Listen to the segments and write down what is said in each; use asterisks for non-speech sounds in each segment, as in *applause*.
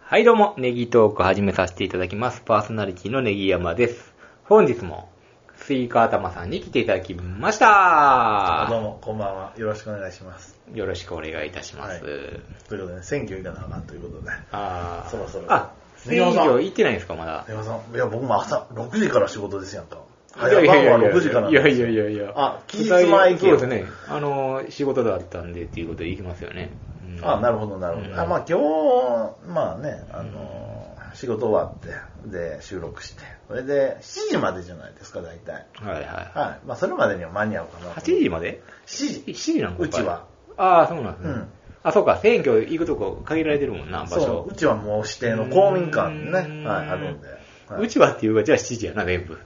はいどうも、ネギトーク始めさせていただきます。パーソナリティのネギ山です。本日も、スイカ頭さんに来ていただきましどうたも、こんばんは。よろしくお願いします。よろしくお願いいたします。はいということでね、選挙行かなあかんということで。あーそろそろあ、ネギ選山さん挙行ってないんですか、まだ。山田さん、いや、僕も朝6時から仕事ですやんか。いや早いやいや晩いやは6時からなんいですやよいやいやいや。あ期日前行けそうよですね。あのー、仕事だったんでっていうことで行きますよね。うんあ、なるほど、なるほうんど。あ、まあ今日、まあね、あのー、仕事終わって、で、収録して、それで、7時までじゃないですか、大体。はいはい。はい。まあそれまでには間に合うかな。 8時まで ?7 ?7 時。時なんかうちは。ああ、そうなんですうね。んあ、そうか、選挙行くとこ限られてるもんな、場所。そう、うちはもう指定の公民館うーんね、はい、あるんで。はいうちはっていうか、じゃあ7時やな、全部。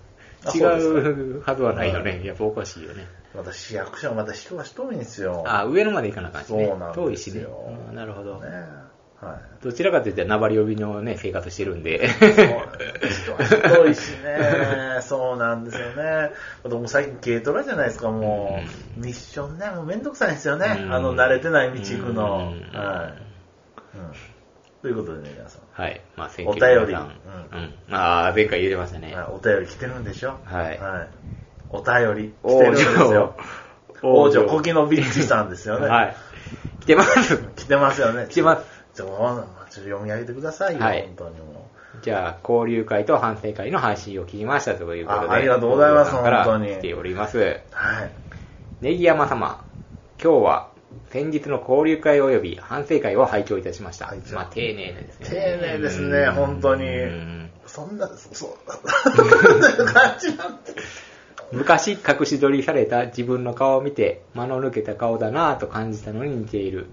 あ違そうでうはずはないよね。やっぱおかしいよね。私、市役所はまた人が遠いんですよ。あ、上のまで行かなあかんしね。そうなんですよ遠いしね。あなるほどね。はい。どちらかというと、名張呼びのね、生活してるん *laughs* で。人はひどいしね。そうなんですよね。あともう最近軽トラじゃないですか、もう。ミッションね、もうめんどくさいんですよね。うんあの、慣れてない道行くの。うはいん。うんということでね、皆さん。はい。まあ、選お挙便のり皆さんうん。ああ、前回言えてましたね。はいお便り来てるんでしょはいお便り来てるんですよ。王女、コキノビッチさんですよね。はい。来てます。来てますよね。来てます。ちょっと読み上げてくださいよ、はい本当にもう。じゃあ、交流会と反省会の配信を聞きましたということで。あありがとうございます皆さんから本当に来ております。はい。ネギ山様、今日は先日の交流会及び反省会を拝聴いたしました。拝聴まあ、丁寧ですね。丁寧ですねうん本当にうんそんな、*laughs* そ、そう、という感じなんて。昔隠し撮りされた自分の顔を見て、間の抜けた顔だなぁと感じたのに似ている。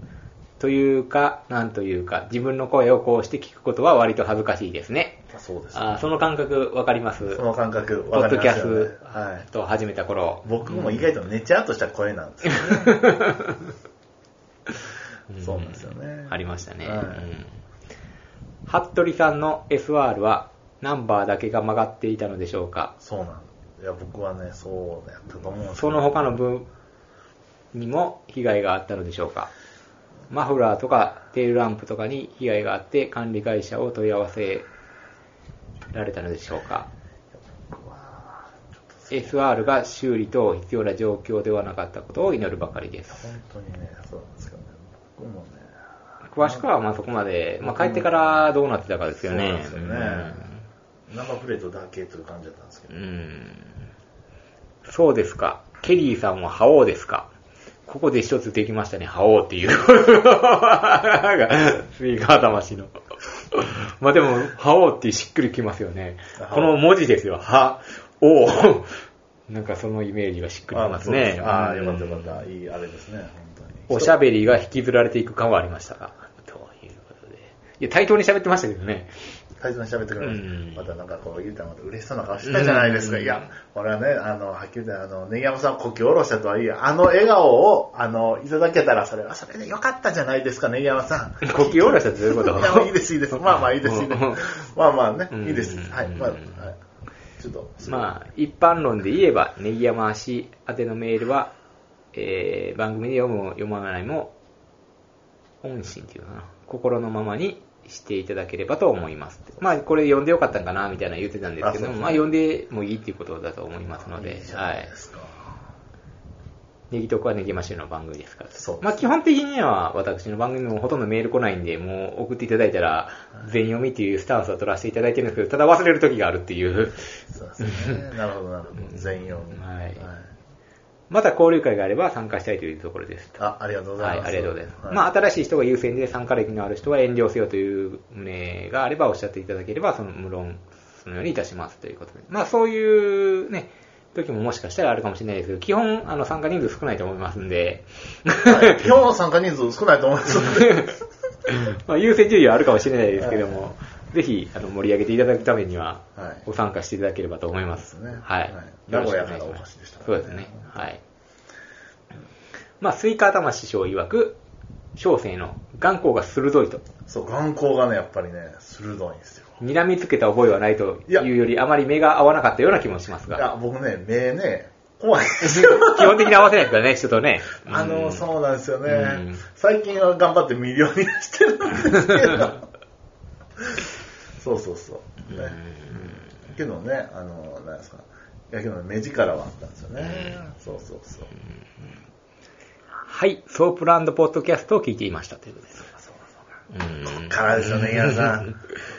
というか、なんというか、自分の声をこうして聞くことは割と恥ずかしいですね。そうです。あーその感覚わかりますそ。の感覚、ポわかッりドまキャすスよね。はい。トを始めた頃。 *laughs* 僕も意外とねちゃっとした声なんですよね。そうなんですよね。ありましたね。はいうん、服部さんの SR はナンバーだけが曲がっていたのでしょうかそうなんいや、僕はね、そうやったと思うんですけそどの他の分にも被害があったのでしょうかマフラーとかテールランプとかに被害があって管理会社を問い合わせられたのでしょうか SR が修理等必要な状況ではなかったことを祈るばかりです。本当にね、そうなんですけどね。僕もね、詳しくはまあそこまで、まあ、帰ってからどうなってたかですよね。そうなんですよねうん生プレートだけという感じだったんですけうど。んそうですか。ケリーさんは覇王ですか。ここで一つできましたね、覇王っていう。 *laughs* スイカ魂の。まあでも、覇王ってしっくりきますよね。この文字ですよ、覇王。なんかそのイメージがしっくりきますね。あそうですあー、ようかんったよかった。いい、あれですね、本当に。おしゃべりが引きずられていく感はありましたが。ということで。いや、対等に喋ってましたけど *laughs* ね。大切に喋ってくれましうんた。またなんかこう言うたらまた嬉しそうな顔したじゃないですか。うんいや、俺はね、あの、はっきり言って、あの、ネギ山さんこき下ろしたとはいえ、あの笑顔を、あの、いただけたら、それはそれでよかったじゃないですか、ネギ山さ呼ん。吸を下ろしたってどういうこいやもういいとです、いいです。まあまあいいです、いいですうん。まあまあねうん、いいです。はい、まあ、うはんい。ちょっと、まあ、一般論で言えば、ネギ山氏宛てのメールは、えー番組で読むも読まないも、本心っていうのかな、心のままにしていただければと思います。まあ、これ読んでよかったんかな、みたいな言ってたんですけあそうど、そうまあ、読んでもいいっていうことだと思いますのでいい、じゃはないいで。すか。ネギトークはネギマシュの番組ですから。そうまあ、基本的には私の番組もほとんどメール来ないんで、もう送っていただいたら、全読みっていうスタンスは取らせていただいてるんですけど、ただ忘れる時があるっていう。そうですね。なるほど、なるほど。全員を。はいまた交流会があれば参加したいというところです。あ、ありがとうござはいい、ます。ありがとうございます。はまあ、新しい人が優先で参加歴のある人は遠慮せよという旨があればおっしゃっていただければ、その、無論、そのようにいたしますということで。まあ、そういうね、時ももしかしたらあるかもしれないですけど、基本、あの、参加人数少ないと思いますんで、はい今日の参加人数少ないと思 *laughs* いますので。まあ、優先順位はあるかもしれないですけども、ぜひ、あの、盛り上げていただくためにははい、ご参加していただければと思います。そうですねははいい。名古よ屋ろしくお願いからおま越しでしたそうですね。はい。まあ、スイカ頭師匠曰く、小生の眼光が鋭いと、そう、眼光がね、やっぱりね、鋭いんですよ。睨みつけた覚えはないといいやうより、あまり目が合わなかったような気もしますいが、や、僕ね、目ね、怖いんです *laughs* 基よ。本的に合わせないですからね、人と *laughs* ね。あの、うんそうなんですようねん。 *laughs* 最近は頑張ってミリオンにしてるんですけど。そうそうそう。ねけどね、あの、なんですか。いやけど目力はあったんですよね。そうそうそう。はい、ソープランドポッドキャストを聞いていましたということです。そうそううんからですよね、皆さん。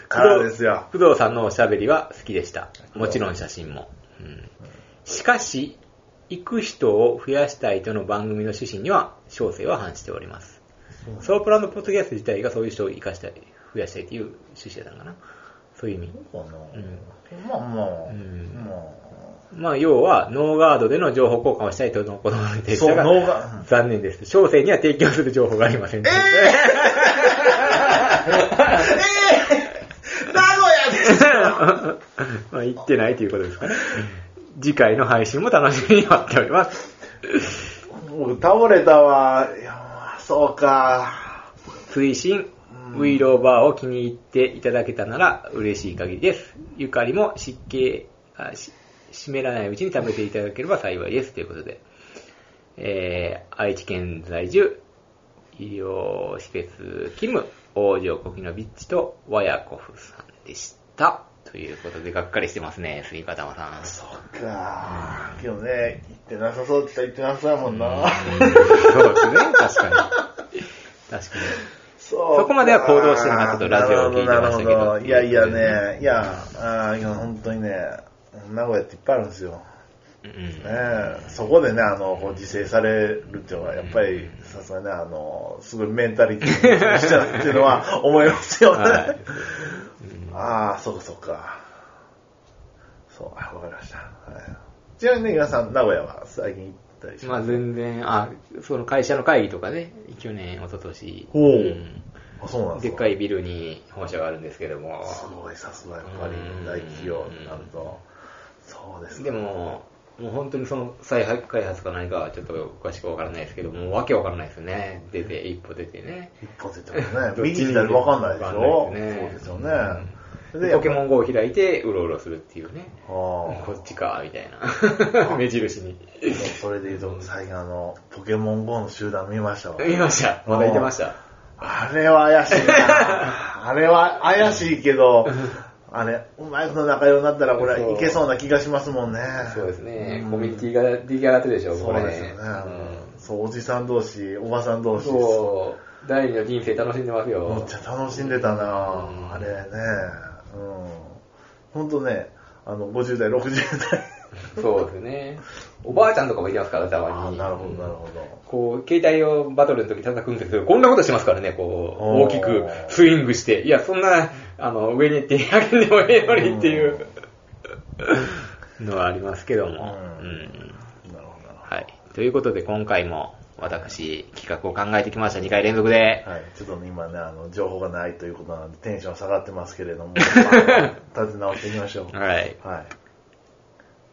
からですよ。工藤さんのおしゃべりは好きでした。もちろん写真も。うんしかし、行く人を増やしたいとの番組の趣旨には、小生は反しております。ソープランドポッドキャスト自体がそういう人を生かしたい、増やしたいという趣旨だったのかな。そういう意味。そうかなうんまあまあ、うんままあ、要は、ノーガードでの情報交換をしたいとのことであ。しそう、たが、脳が。残念です。小生には提供する情報がありませんでした。えぇ名古屋で *laughs* まあ、言ってないということですかね。次回の配信も楽しみに待っております。僕倒れたわ。いや、まあそうか。推進う、んウィローバーを気に入っていただけたなら嬉しい限りです。ゆかりも湿気、あし湿らないうちに食べていただければ幸いです。ということで、えー、愛知県在住、医療施設勤務、王女コキノビッチとワヤコフさんでした。ということで、がっかりしてますね、杉片間さん。そうか。けどね、行ってなさそうって言ったら行ってなさそうやもんな。そうですね、 *laughs* 確かに。確かに。そうそこまでは行動してなかったとラジオを聞いてましたけどなるほなるほいやいやね、いや、あーいや本当にね、名古屋っていっぱいあるんですよ。うんねえ、そこでね、あの、こう自制されるっていうのは、やっぱり、さすがね、あの、すごいメンタリティーしちゃうっていうのは思いますよね。はい *laughs* ああ、そうかそうか。そう、あわかりました。はいちなみにね、皆さん、名古屋は最近行ったりしままあす全然、あ、その会社の会議とかね、去年、一昨年、ほううんあ、そうなんですでっか。かいビルに本社があるんですけども、すごい、さすがやっぱり大企業になると。そうですでも、もう本当にその再発開発か何かはちょっと詳しくわからないですけど、もうわけわからないですよね。出て、一歩出てね。一歩出てもね、 *laughs* どっちに右左わかんないでしょわかんないですねそうですよね。でで、ポケン。モン GO を開いて、うろうろするっていうね。ああこっちか、みたいな。 *laughs* 目印に。それで言うと、最近あの、ポケモン GO の集団見ましたわ。見ました。まだいてました。あれは怪し *laughs* いな。あれは怪しいけど、あれ、うまいこと仲良くなったらこれいけそうな気がしますもんね。そうですね。うんコミュニティが出来上がってるでしょ、そうですよね。うんそう、おじさん同士、おばさん同士、もそう。第二の人生楽しんでますっよち。ゃ楽しんでうたな、んあれね。うん。ほんとね、あの、50代、60代。そうですね。おばあちゃんとかもいてますから、た *laughs* あまーに。なるほど、なるほど。こう、携帯をバトルの時叩くんですけど、こんなことしますからね、こう、おー大きくスイングして。いや、そんな、あの、上に手上げんでもええのにっていうのはありますけども。うんうんなるほど、なるほはい。ということで、今回も私、企画を考えてきました。2回連続でど。。はい、ちょっとね今ね、あの、情報がないということなんで、テンション下がってますけれども、まあ *laughs* 立て直していきましょう。はい。はい。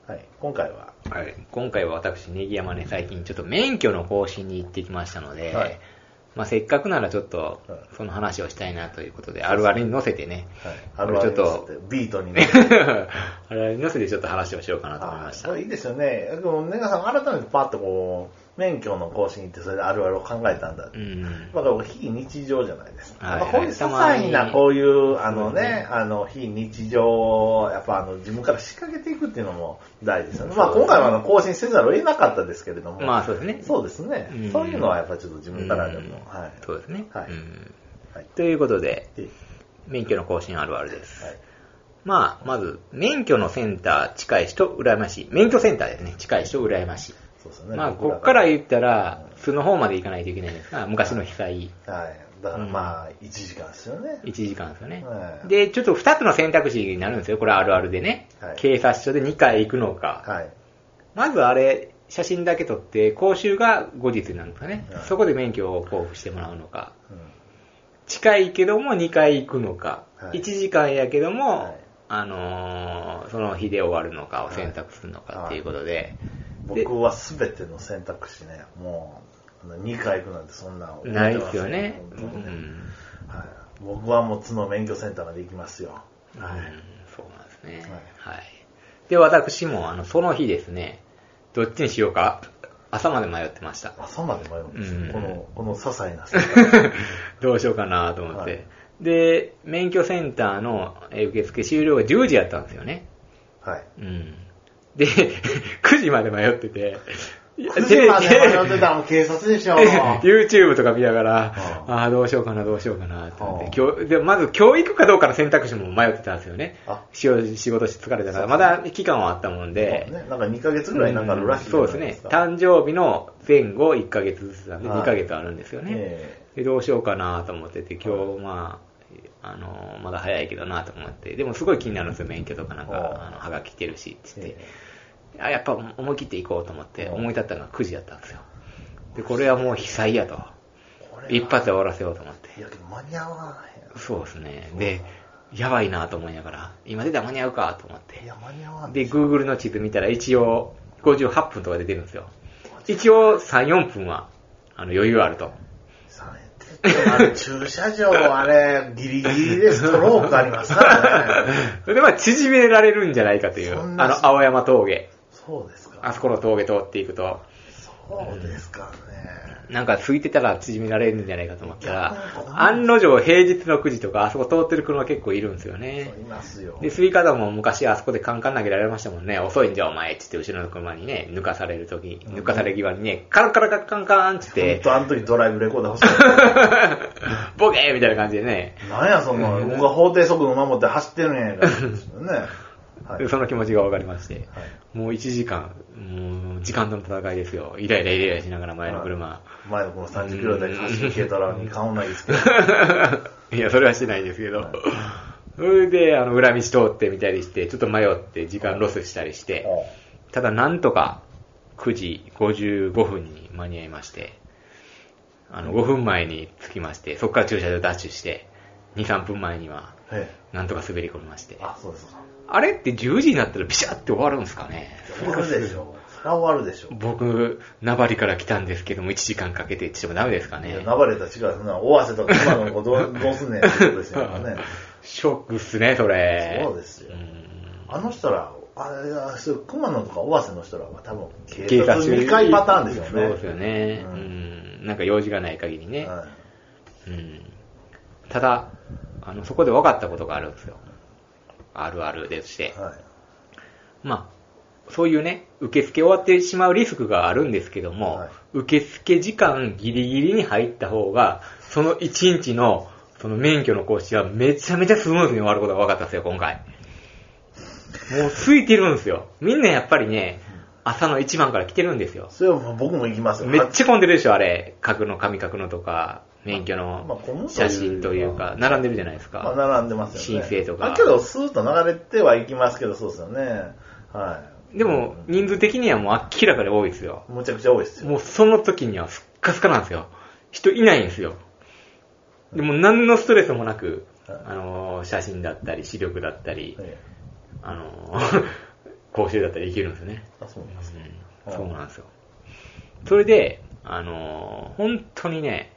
はい、今回は、はい、今回は私、ネギ山ね、最近ちょっと免許の更新に行ってきましたので、はいまあ、せっかくならちょっとはいその話をしたいなということで、あるあるに乗せてね、はい、ああれるちちょょっっとと、ビートにね、 *laughs* あるあるに乗せてちょっと話をしようかなと思い *laughs* あまーした。これいいですよね。でも、ネガさん、改めてパッとこう、免許の更新行って、それであるあるを考えたんだ。うん。まあ、これ非日常じゃないですか。はいやっぱこういう些た細まな、にこういう、あのそうねね、あの、非日常を、やっぱあの、自分から仕掛けていくっていうのも大事ですよね。まあ、そうですね今回はあの更新せざるを得なかったですけれども。まあそうですねそうですねうん。そういうのはやっぱちょっと自分からでもう、んはい。そうですね、はいうんはいということで、で免許の更新あるあるです。はいまあ、まず、免許のセンター近い人羨ましい。免許センターですね、近い人羨ましい。そうですね。まあ、僕こっからは言ったら、巣の方まで行かないといけないですが、昔の被災。い。だからまあ、1時間ですよね。 1時間ですよね。はいで、ちょっと2つの選択肢になるんですよ。これあるあるでね。はい警察署で2回行くのか。はい。まずあれ、写真だけ撮って、講習が後日になるんですかね。はいそこで免許を交付してもらうのか。うん近いけども2回行くのか。はい1時間やけども、はいあのーその日で終わるのかを選択するのかっていうことで。で僕は全ての選択肢ね、もう、2回行くなんてそんな思ってまないですよね。本う当にねん。はい。僕はもう津の免許センターまで行きますよ。ははいい。そうなんですね。はい。で、私も、あの、その日ですね、どっちにしようか、朝まで迷ってました。 *laughs* 朝まで迷うんですよ、うんこの、この些細な世界。どうしようかなと思って。はいで、免許センターのえー受付終了が10時やったんですよね。はい。うん。で、9時まで迷ってて、いや9時までテレ迷ってたらもう警察でしょ。 *laughs* YouTube とか見ながら、あああー、どうしようかな、どうしようかなって思ってああ教で、まず教育かどうかの選択肢も迷ってたんですよねあ。しよう仕事して疲れたから、まだ期間はあったもんでそう、ねなんか2ヶ月ぐらいなんかあるらしいじゃそなういですね。か誕生日の前後1ヶ月ずつなんで、はい2ヶ月あるんですよね。えでどうしようかなと思ってて、今日、まあ、あの、まだ早いけどなと思って、でもすごい気になるんですよ、免許とかなんあか、ああの、はがき来てるし、つっえて。あ、やっぱ思い切っていこうと思って、ああ思い立ったのが9時だったんですよ。で、これはもう被災やと。これは一発で終わらせようと思って。いやけど間に合わないそうですね。で、やばいなと思いながら、今出たら間に合うかと思っな。いて。や、間に合わない。で、Google の地図見たら一応58分とか出てるんですよ。一応3、4分は、あの、余裕あると。されててあれ駐 *laughs* 車場、あれ、ギリギリでストロークありますか *laughs* らね。それでまあ縮められるんじゃないかという、そあのんな青山峠、そうですか。あそこの峠通っていくと、そうですかね。なんか空いてたら縮められるんじゃないかと思ったら逆にこ、う案の定平日の9時とかあそこ通ってる車結構いるんですよねそう。いますよ。で、スイカダも昔あそこでカンカン投げられましたもんね。遅いんじゃお前っつって後ろの車にね、抜かされる時抜かされ際にね、カラカラカンカンっつっ本て、当あの時ドライブレコーダー欲しかった。ボケーみたいな感じでね、なんやその、僕が法定速度守って走ってるんやか *laughs* ら。ね。はい。その気持ちがわかりまして。はいもう1時間、もう時間との戦いですよ。イライライライラしながら前の車。前のこの30キロ台走り消えたら2冠ないですけど。いや、それはしないですけど。それで、あの、裏道通ってみたりして、ちょっと迷って、時間ロスしたりして、ただなんとか、9時55分に間に合いまして、あの、5分前に着きまして、そこから駐車場ダッシュして、2、3分前には、えなんとか滑り込みましてえ。。あ、そうですか。あれって10時になったらビシャって終わるんですかね終わるでしょ。それは終わるでしょ。僕、名張から来たんですけども、1時間かけてってしてもダメですかいねや、流れた違う、そんな、大汗とか今の子ど *laughs* うどうすんねんってことですよね。ショックっすね、それ。そうですよんあの人ら、あれあそう熊野とか大汗の人らは多分、警警察察署2回パターンですよね。そうですよね。ううんん。なんか用事がない限りね。はいうん。ただ、あの、そこで分かったことがあるんですよ。あるあるでして。はいまあ、そういうね、受付終わってしまうリスクがあるんですけども、はい受付時間ギリギリに入った方が、その1日の、その免許の更新はめちゃめちゃスムーズに終わることが分かったんですよ、今回。もう空いてるんですよ。みんなやっぱりね、朝の1番から来てるんですよ。それはもう僕も行きますよ。めっちゃ混んでるでしょ、あれ。核の、紙核のとか、免許まあの混むというか写真というか、並んでるじゃないですまあ、か。並んでますよね。申請とかだけど、スーッと流れてはいきますけど、そうですよね。はい。でも、人数的にはもう明らかに多いですよ。むちゃくちゃ多いですよ。もうその時にはすっかすかなんですよ。人いないんですよ。でも何のストレスもなく、はいあのー写真だったり、視力だったり、えあのー *laughs* 講習だったりいけるんですよね。えあ、そうなんですか。うんそうなんですよ。それで、あのー本当にね、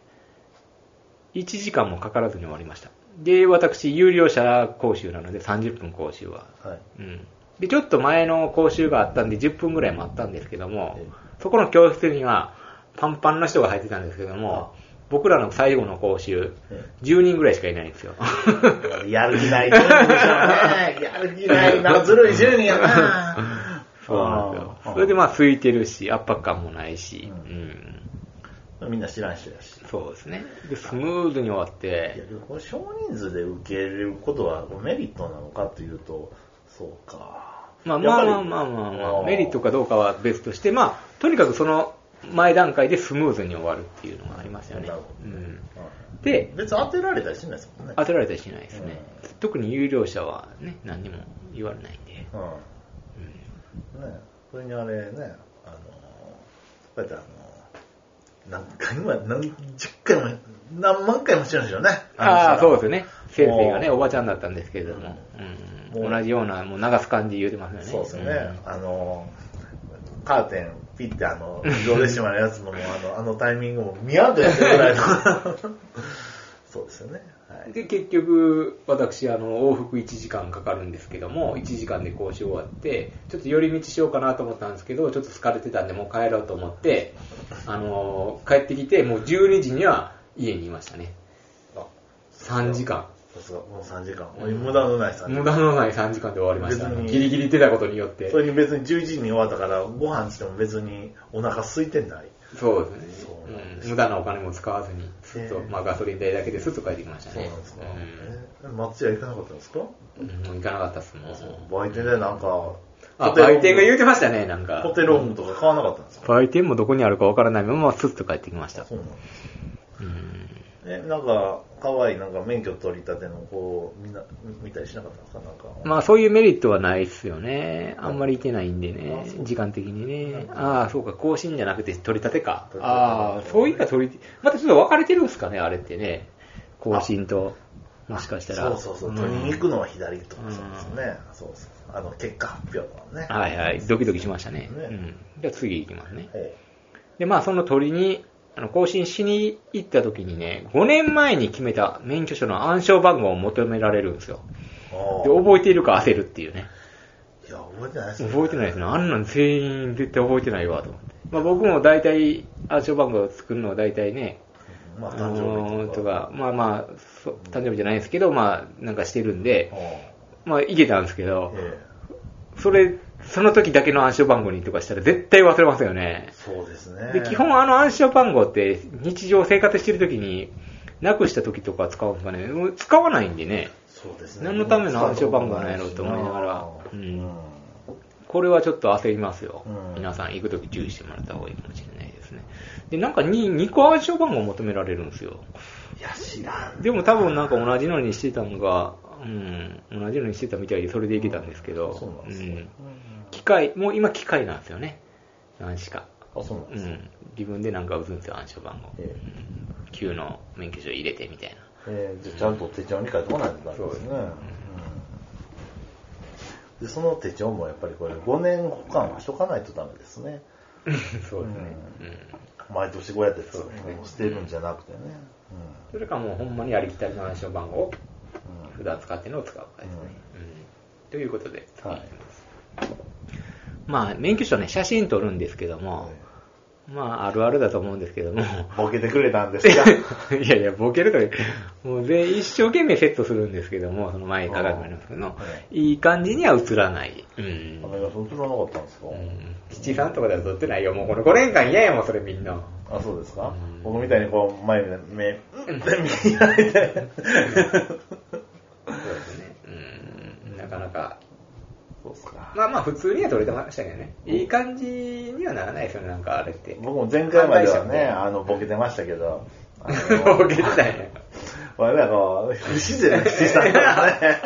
1時間もかからずに終わりました。で、私、有料者講習なので30分講習は。はうい。ん。で、ちょっと前の講習があったんで10分ぐらいもあったんですけどもええ、そこの教室にはパンパンの人が入ってたんですけども、僕らの最後の講習ええ、 10人ぐらいしかいないんです *laughs* よ。 *laughs* やる気ない人いるんでしょうね。やる気ない。なんかずるい10人やな。 *laughs* そうなんですよあ。ーそれでまあ空いてるし、圧迫感もないし、ううんみんな知らん人やし。そうですね。で、スムーズに終わっいや、て、でもこれ少人数で受け入れることはメリットなのかというと、そうか。まあやっまぱありまあまあまあまあ、ーメリットかどうかは別として、まあ、とにかくその前段階でスムーズに終わるっていうのがありましたよねなるほ。うどねん、うでん、別に当てられたりしないですもんね。当てられたりしないですね。特に有料者はね、何にも言われないんで。うん。ねそれにあれね、あの、こうやってあの、何回も、何十回も、何万回もしてるんでしょうね。ああー、そうですね。よね。先生がね、おばちゃんだったんですけれども、うんもう同じような、もう流す感じ言うてますよね。そうですよね。あの、カーテン、ピッて *laughs* あの、自動で閉ま *laughs* るやつのもうあの、あのタイミングも見合うとやってるぐらいの。そうですよね。はい。はいで、結局、私、あの、往復1時間かかるんですけども、1時間で講習終わって、ちょっと寄り道しようかなと思ったんですけど、ちょっと疲れてたんで、もう帰ろうと思って、あの、帰ってきて、もう12時には家にいましたね。あ3時間。さすがもう3時間、無駄のない3時間無駄のない3時間で終わりました。あ別のにギリギリ出たことによってそ。れに別に11時に終わったからご飯しても別にお腹空いてないそうですねそうなんでうすん無駄なお金も使わずに、すっと、へえまあガソリン代だけですっと帰ってきましたそうね。なんですか、うんえ松屋行かなかったんですか、うんもう行かなかったっすもん。売店でなんかあ、ホテル売店が言うてましたね、なんか。ホテルオウムとか買わなかったんですか売店もどこにあるかわからないまま、スッと帰ってきました。そうなんですうん。えなんか可愛いなんか免許取り立ての子をみんな見たりしなかったんですかなんか、まあ、そういうメリットはないっすよね。あんまり行けないんでねあそ。う時間的にね。ああ、そうか、更新じゃなくて取り立てか。取り立てああ、そういった取り、またちょっと分かれてるんすかね、あれってね。更新と、もしかしたら。そうそうそう、ん取りに行くのは左とかそうですね、そうそうあの結果発表とかね、はいはい、ドキドキしましたね。ねうん。じゃあ次行きますね。はいで、まあ、その鳥に、あの、更新しに行った時にね、5年前に決めた免許証の暗証番号を求められるんですよ。あで、覚えているか焦るっていうね。あいや覚えてないですね覚えてないですね。あんなん全員絶対覚えてないわ、と思って。まあ、僕も大体、暗証番号を作るのは大体ね、まああ誕生の日ーとか、まあまあ、そう誕生日じゃないんですけど、まあ、なんかしてるんであ、あまあ、いけたんですけど、えそれ、その時だけの暗証番号にとかしたら絶対忘れますよねえ。そうですねで、基本あの暗証番号って日常生活してる時に、なくした時とか使うんですかね。もう使わないんでね。そうですね何のための暗証番号なんやろうと思いながらうんこれはちょっと焦りますよ。うん皆さん行く時注意してもらった方がいいかもしれないですね。で、なんか 2, 2個暗証番号求められるんですよ。いや知らんでも多分なんか同じのにしてたのが、うん、同じのにしてたみたいでそれでいけたんですけど、そうなんですうねん機械、もう今機械なんですよね。何しか。あそうなんうですねん。自分でなんか打つんですよ、暗証番号。え旧の免許証入れてみたいな。ええじゃあちゃんと手帳に書いてこないとダメですねうんでその手帳もやっぱりこれ5年保管はしとかないとダメですね *laughs* そうですね。うん。毎年こうやって使って捨てるんじゃなくてねそれかもうほんまにありきたりの暗証番号をうんうん普段使ってるのを使うかですね。うん。ということで、次いきます。まあ、免許証ね、写真撮るんですけども、まあ、あるあるだと思うんですけども、ボケてくれたんですが *laughs* いやいや、ボケるという、もう全員一生懸命セットするんですけども、その前に鏡がありますけどもは、いい感じには映らない。うん。カメラそんななかったんですかうん七三とかでは撮ってないよ。もうこの5年間嫌やもん、それみんな。あ、そうですか、うん僕みたいにこう、前目、目、うんって見られ *laughs* て。そうですね。うん。なかなか。そうですか。まあまあ、普通には撮れてましたけどね。いい感じにはならないですよね、なんかあれって。僕も前回までは犯罪者ね、ねあの、ボケてましたけど、 *laughs* あの、ボケてたんや。我々はこう、不自然なしてたからね。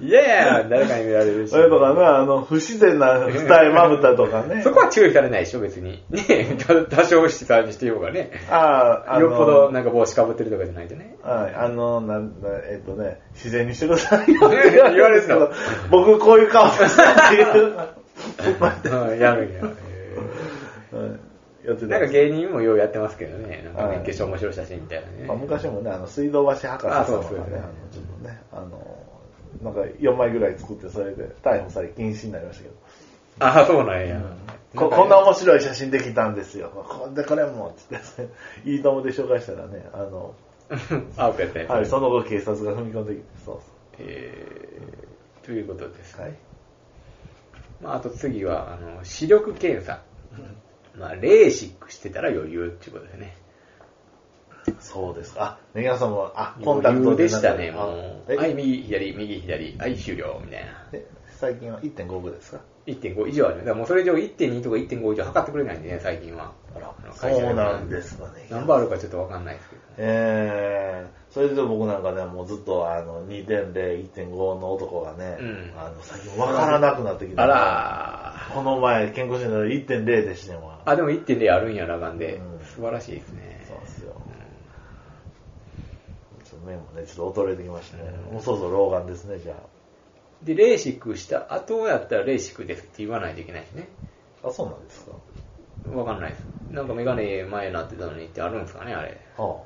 いやいや、誰かに見られるし。それとかね、あの、不自然な二重まぶたとかね。そこは注意されないでしょ、別に。ねた多少七三にしてようがね。ああ、あの、よっぽどなんか帽子かぶってるとかじゃないとね。はい、あの、なんだ、えっとね、自然にしてくださいよっねて言われるんですけ言わど、僕こういう顔したっていう、 *laughs* はいうんやるんや。やってたなんか芸人もようやってますけどね。なんかはい免許証面白い写真みたいなまあ、ね。昔もね、あの水道橋博士あさんそうとそかうね、あのそうちょっとね、あの、なんか4枚ぐらい作って、それで逮捕され禁止になりましたけど、ああ、そうなんや。ここん *laughs* な面白い写真できたんですよ、こでこれも、つって、い *laughs* いともで紹介したらね、あの、アウトやったんやはい、その後警察が踏み込んできて、そうえーということですそう。はい。まあ、あと次は、あの、視力検査。まあ、レーシックしてたら余裕っていうことでね。そうですか。あ、ネギさんも、あ、コンタ余クト裕でなしんかたね、もえう。はい、右、左、右、左、はい、終了、みたいな。え最近は1.5分ですか1.5以上ある。だからもうそれ以上1.2とか1.5以上測ってくれないんでね、最近は。あらあの会社そうなんですかね。何番あるかちょっとわかんないですけどね。えー、それで僕なんかね、もうずっとあの2.0、1.5の男がね、うんあの最近分からなくなってきて、あらこの前健康診断で1.0でしてもー。あ、でも1.0あるんや、裸眼でうん。素晴らしいですね。そうなんですよ。ちょっと目もね、ちょっと衰えてきましたね。もうそろそろ老眼ですね、じゃで、レーシックした後やったらレーシックですって言わないといけないしね。あ。あ、そうなんですか。わかんないです。なんかメガネ前になってたのにってあるんですかね、あれ。は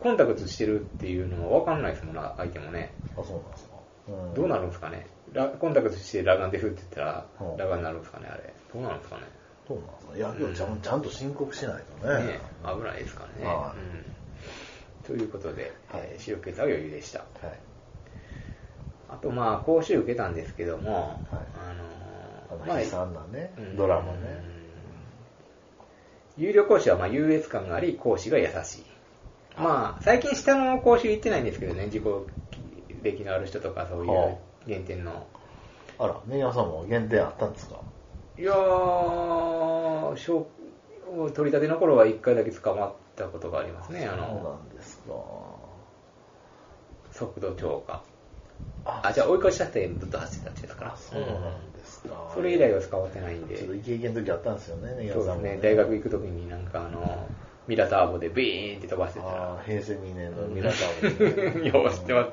コンタクトしてるっていうのは分かんないですもんな、相手もね。あ、そうなんですか。うんどうなるんですかね。ラコンタクトしてラガンでフって言ったらうん、ラガンになるんですかね、あれ。どうなるんですかね。どうなんですか。いや、でもちゃんちゃんと申告しないとね。ね危ないですからね。はうんということで、はいえー視力検査は余裕でした。はい。あと、まあ、講習受けたんですけども、はいああのーのまあ悲惨なねう、んドラマね。有料講師はまあ優越感があり、講師が優しい。まあ、最近下の講習行ってないんですけどね、自己歴のある人とかそういう原点の。あら、ねやさんも限定あったんですかいやー、小取り立ての頃は1回だけ捕まったことがありますね、あそうの、なんですか。速度超過。ああ、じゃあ追い越し車線ずっと走ってたってですから。そうなんですか。それ以来は捕まってないんで。ちょっとイケイケの時あったんですよね、ねやそうさでんすも、ね、大学行くときになんかあの、ミラーターボでビーンって飛ばしてたら、あー平成2年のミラター *laughs* ボですね。よう知ってます。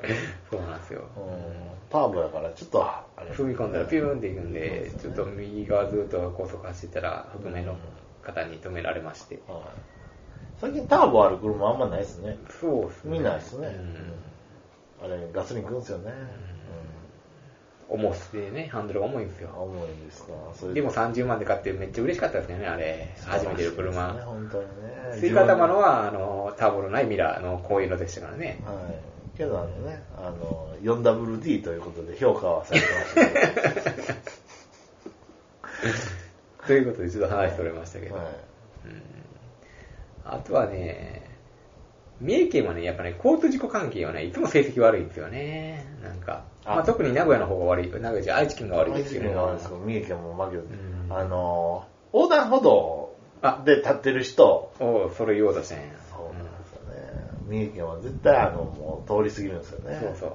そうなんですよ。うんターボやから、ちょっと、あれ踏み込んだらピューンっていくんそうでです、ねちょっと右側ずっと高速走ってたら、覆面の方に止められまして。はい最近ターボある車あんまないですね。そうですね。見ないですね。ううんんあれ、ガソリン食うんですよね。重すぎてね、ハンドルが重いんですうん、よ。重いんですか。それでも30万で買ってめっちゃ嬉しかったですよね、あれ。初めてのね、車。本当にね。スイカ玉のは。は、あの、ターボのないミラーのこういうのでしたからね。はい。けどあのね、あの、4WD ということで評価はされてましたけということで、ちょっと話それましたけど。 *laughs* ど。はい。うんあとはね、三重県はね、やっぱね、交通事故関係はね、いつも成績悪いんですよね。なんか。あまあ、特に名古屋の方が悪い。名古屋じゃ愛知県が悪い愛ですけ知ど県が悪いですけど、三重県も負けて、んあの、横断歩道で立ってる人、おうそれ言おうとしたんや。そうなんですよね。三重県は絶対、あの、もう通り過ぎるんですよね。そうそう。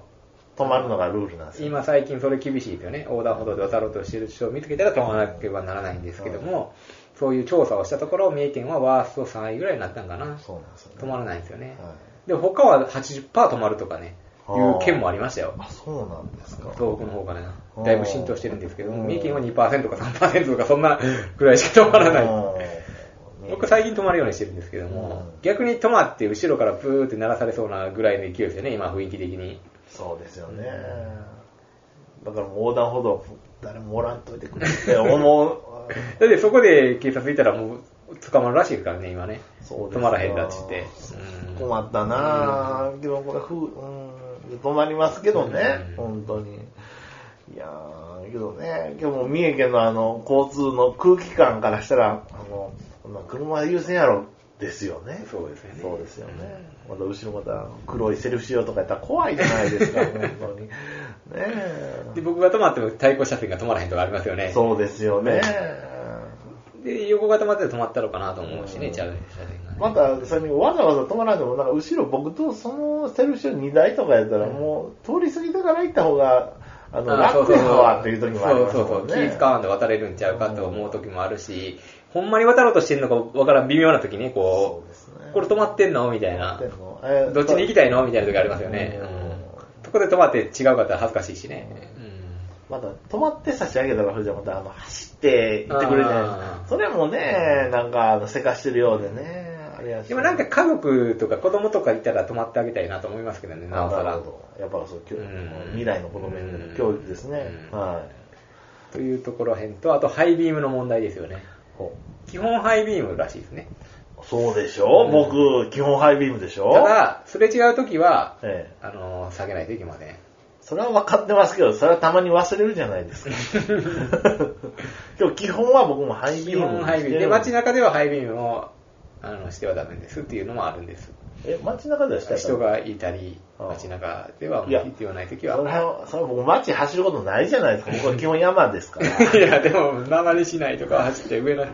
止まるのがルールなんですよ。今最近それ厳しいですよね。横断歩道で渡ろうとしてる人を見つけたら止まらなければならないんですけども、そういう調査をしたところ、三重県はワースト3位ぐらいになったんかな。そうなんですよね。止まらないんですよね。はいで、他は80%止まるとかね、いはうあ県もありましたよ。あ、そうなんですか。東北の方からうんだいぶ浸透してるんですけどうも、ん三重県は2%か3%かそんなぐらいしか止まらない。うん僕最近止まるようにしてるんですけどもうん、逆に止まって後ろからプーって鳴らされそうなぐらいの勢いですよね、今雰囲気的に。そうですよね。だからもう横断歩道、誰もおらんといてくれっ *laughs* て思う。だってそこで警察いたらもう捕まるらしいですからね、今ね。そうです止まらへんだっつって。うん困ったなぁ。でもこれふ、うん、止まりますけどね、うん本当に。いやーけどね、今日も三重県のあの、交通の空気感からしたら、あの、こんな車優先やろ、ですよね。そうですよねそうですよね。また後ろまた黒いセルフしようとかやったら怖いじゃないですか、本当に。ねえ。で、僕が止まっても対向車線が止まらへんとかありますよね。そうですよね。で、横が止まってて止まったのかなと思うしね、うんちゃう車線がね。また、それにわざわざ止まらんでも、なんか後ろ僕とそのセルフ2台とかやったら、もう通り過ぎてから行った方が、あの、あそうそ楽うやそうわっていう時もありますそうもそんうね。そう。気使わんで渡れるんちゃうかと思う時もあるし、ほんまに渡ろうとしてんのかわからん微妙な時ね、こそうですねう、。これ止まってんのみたいな止ま。ってんのえーどっちに行きたいのみたいな時ありますよね。ううんんそこで止まって違うかったら恥ずかしいしね。また止まって差し上げたら、それじゃまたあの走って行ってくれるじゃないですあーか。それもね、なんかあのせかしてるようでね、あれやうんし。でもなんか家族とか子供とかいたら止まってあげたいなと思いますけどね、なおさならる。ほどやっぱそう、きょうん未来の子供への教育ですね。うんはい。というところへんと、あとハイビームの問題ですよね。ほ基本ハイビームらしいですね。うそうでしょ、うん僕、基本ハイビームでしょただ、すれ違う時は、ええ。あの、下げないといけません。それは分かってますけど、それはたまに忘れるじゃないですか。 *laughs* でも基本は僕もハイビ基ーム本にしてる。ハイビーム。で、街中ではハイビームをあのしてはダメですっていうのもあるんです。え、街中でしたら人がいたり、ああ街中ではもいやう必要ないときそれは。は、それは僕街走ることないじゃないですか。僕は基本山ですから。 *laughs* いや、でも、生に市内とか走って、上の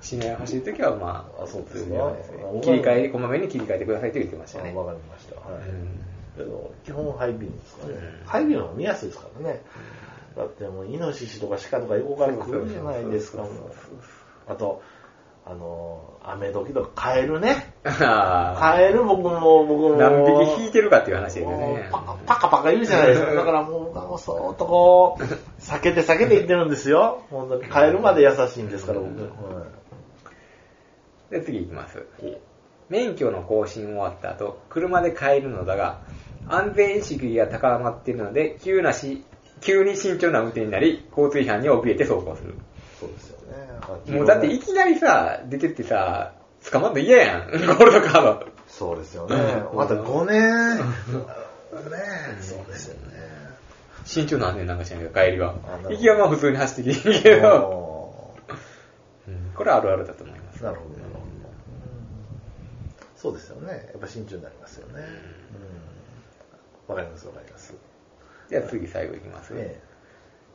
市内を走るときは、まあ、あそうで普すね通にはですね切り替え、こまめに切り替えてくださいと言ってましたね。わかりました。はい。うんけど、基本ハイビームですからね。うんハイビームは見やすいですからね。だってもう、イノシシとか鹿とか横から来るじゃないですか、もうそうそうそうあと、あの、雨時とかカエルね。ああカエル僕も、僕も。何匹引いてるかっていう話ですよもうね。パカパカパカ言うじゃないですか。だからもう僕はもうそーっとこう、避けて避けていってるんですよ。本当に。カエルまで優しいんですから、僕。うんはいで、次いきます。免許の更新終わった後、車で帰るのだが、安全意識が高まっているので、急なし、急に慎重な運転になり、交通違反に怯えて走行する。そうですよね。まあもうだっていきなりさ、出てってさ、捕まんの嫌やん、 *laughs* ゴールドカード。そうですよね。また5年。ねえそうですよね。慎重なんねんなんか知らんけど、帰りはあなるほ。ど行きはまあ普通に走ってきてるけど、おーうんこれはあるあるだと思います。なるほど、なるほど。うんそうですよね。やっぱ慎重になりますよね。うんわかります、わかります。じゃあ次最後いきます。ね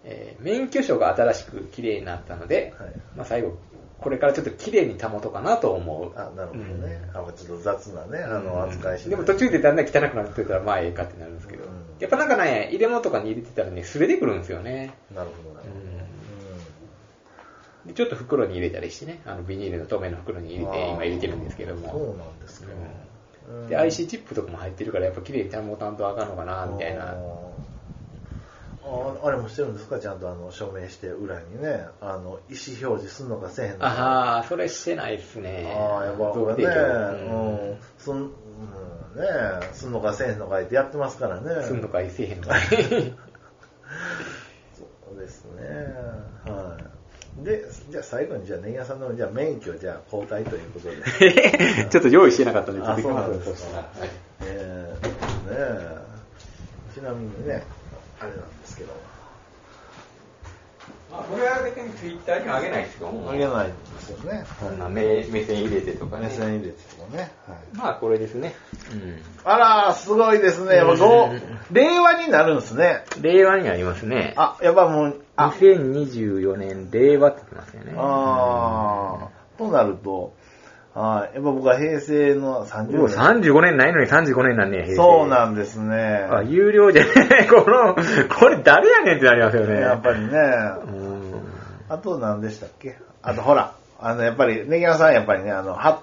えー免許証が新しく綺麗になったので、はいまあ最後、これからちょっと綺麗に保とうかなと思う。あ、なるほどうんね。あ、ちょっと雑なね、あの、扱いしでないも途中でだんだん汚くなってたらまあええかってなるんですけど、うんやっぱなんかね入れ物とかに入れてたらね滑ってくるんですよねなるほど、なるほど。うんうでちょっと袋に入れたりしてねあのビニールの透明の袋に入れてあー今入れてるんですけどんもそうなんですか。うんで IC チップとかも入ってるからやっぱ綺麗に保たんとあかんのかなみたいなあーああれもしてるんですかちゃんとあの署名して裏にねあの意思表示すんのかせえへんのあかはーそれしてないですねああやばい臓こ器れ提ね供うんすん、うん、ねえすんのかせえへんのかってやってますからうんねすんのかいせえへんのかいそうですねはいでじゃあ最後にじゃあネギ屋さんのじゃあ免許じゃあ交代ということ *laughs* *laughs* でちょっと用意してなかったんでちょっあとそうなん行きでますすか、はいえーねえちなみにねあれなんですけどまあこれは別にツイッターにはあげないですよあげないんですよねこんな目目線入れてとかね目線入れてとかね、はい、まあこれですね、あらー、すごいですね。やっぱどう令和になるんですね。令和になりますねあ、やっぱもう、あ、 2024年令和って言ってますよねあーとなると、あーやっぱ僕は平成のもう30年。 35年ないのに35年なんね平成そうなんですね。あ有料じゃない *laughs* このこれ誰やねんってなりますよねやっぱりうね。んあと何でしたっけあとほら、あの、やっぱり、ネギラさんやっぱりね、あの、は、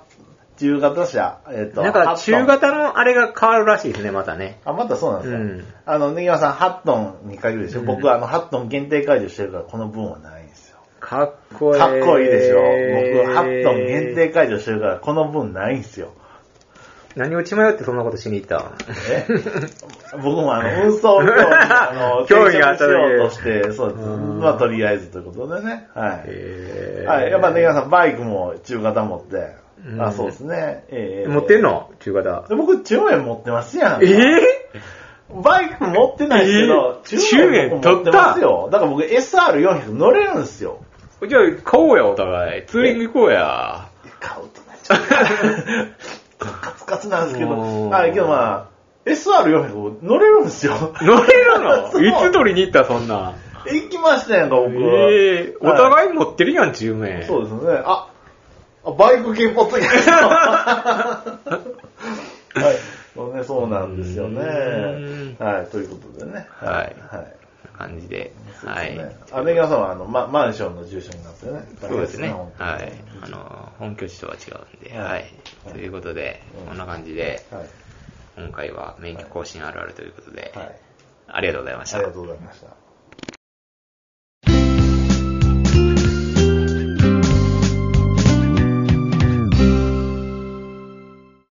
中型車、えっと、なんか8トン中型のあれが変わるらしいですねまたねあ、またそうなんですか。うんあの、ネギラさん8トンに限るでしょ。うん僕はあの、8トン限定解除してるから、この分はないんですよ。かっこいいかっこいいでしょ。僕、8トン限定解除してるから、この分ないん *laughs* すよ。何を血迷ってそんなことしに行ったえ僕もあの、運送業に、あの、興味があった転だけ職しようとして、そうです。うんまあ、とりあえずということでね。はい。えーはい。やっぱね、皆さん、バイクも中型持ってう。んあ、そうですね。ええ持ってんの中型で僕、中円持ってますやんえ。ーバイク持ってないけど、え中円僕持ってますよ。だから僕、SR400 乗れるんですよ。じゃあ、買おうや、お互い。ツーリング行こうや。買うとなっちゃう。カツカツなんですけど、おーはい、けどまあ、SR400 乗れるんですよ。乗れるの *laughs* そういつ取りに行った、そんなん。行きましたやんか、僕。ええおは互い持ってるやん、10い名。そうですね。あ、あバイク系ポッドキャ *laughs* スト。はい。そうね、そうなんですようねー。はい、ということでね。はいはい。感じで。そうはですいね。。アメリカさんは、あの、ま、マンションの住所になってね。そうですね。本当にはい。あの、本拠地とは違うんで。はいはい。ということで、こんな感じで、はい。今回は免許更新あるあるということで、はい。ありがとうございましあたりが。とうございました。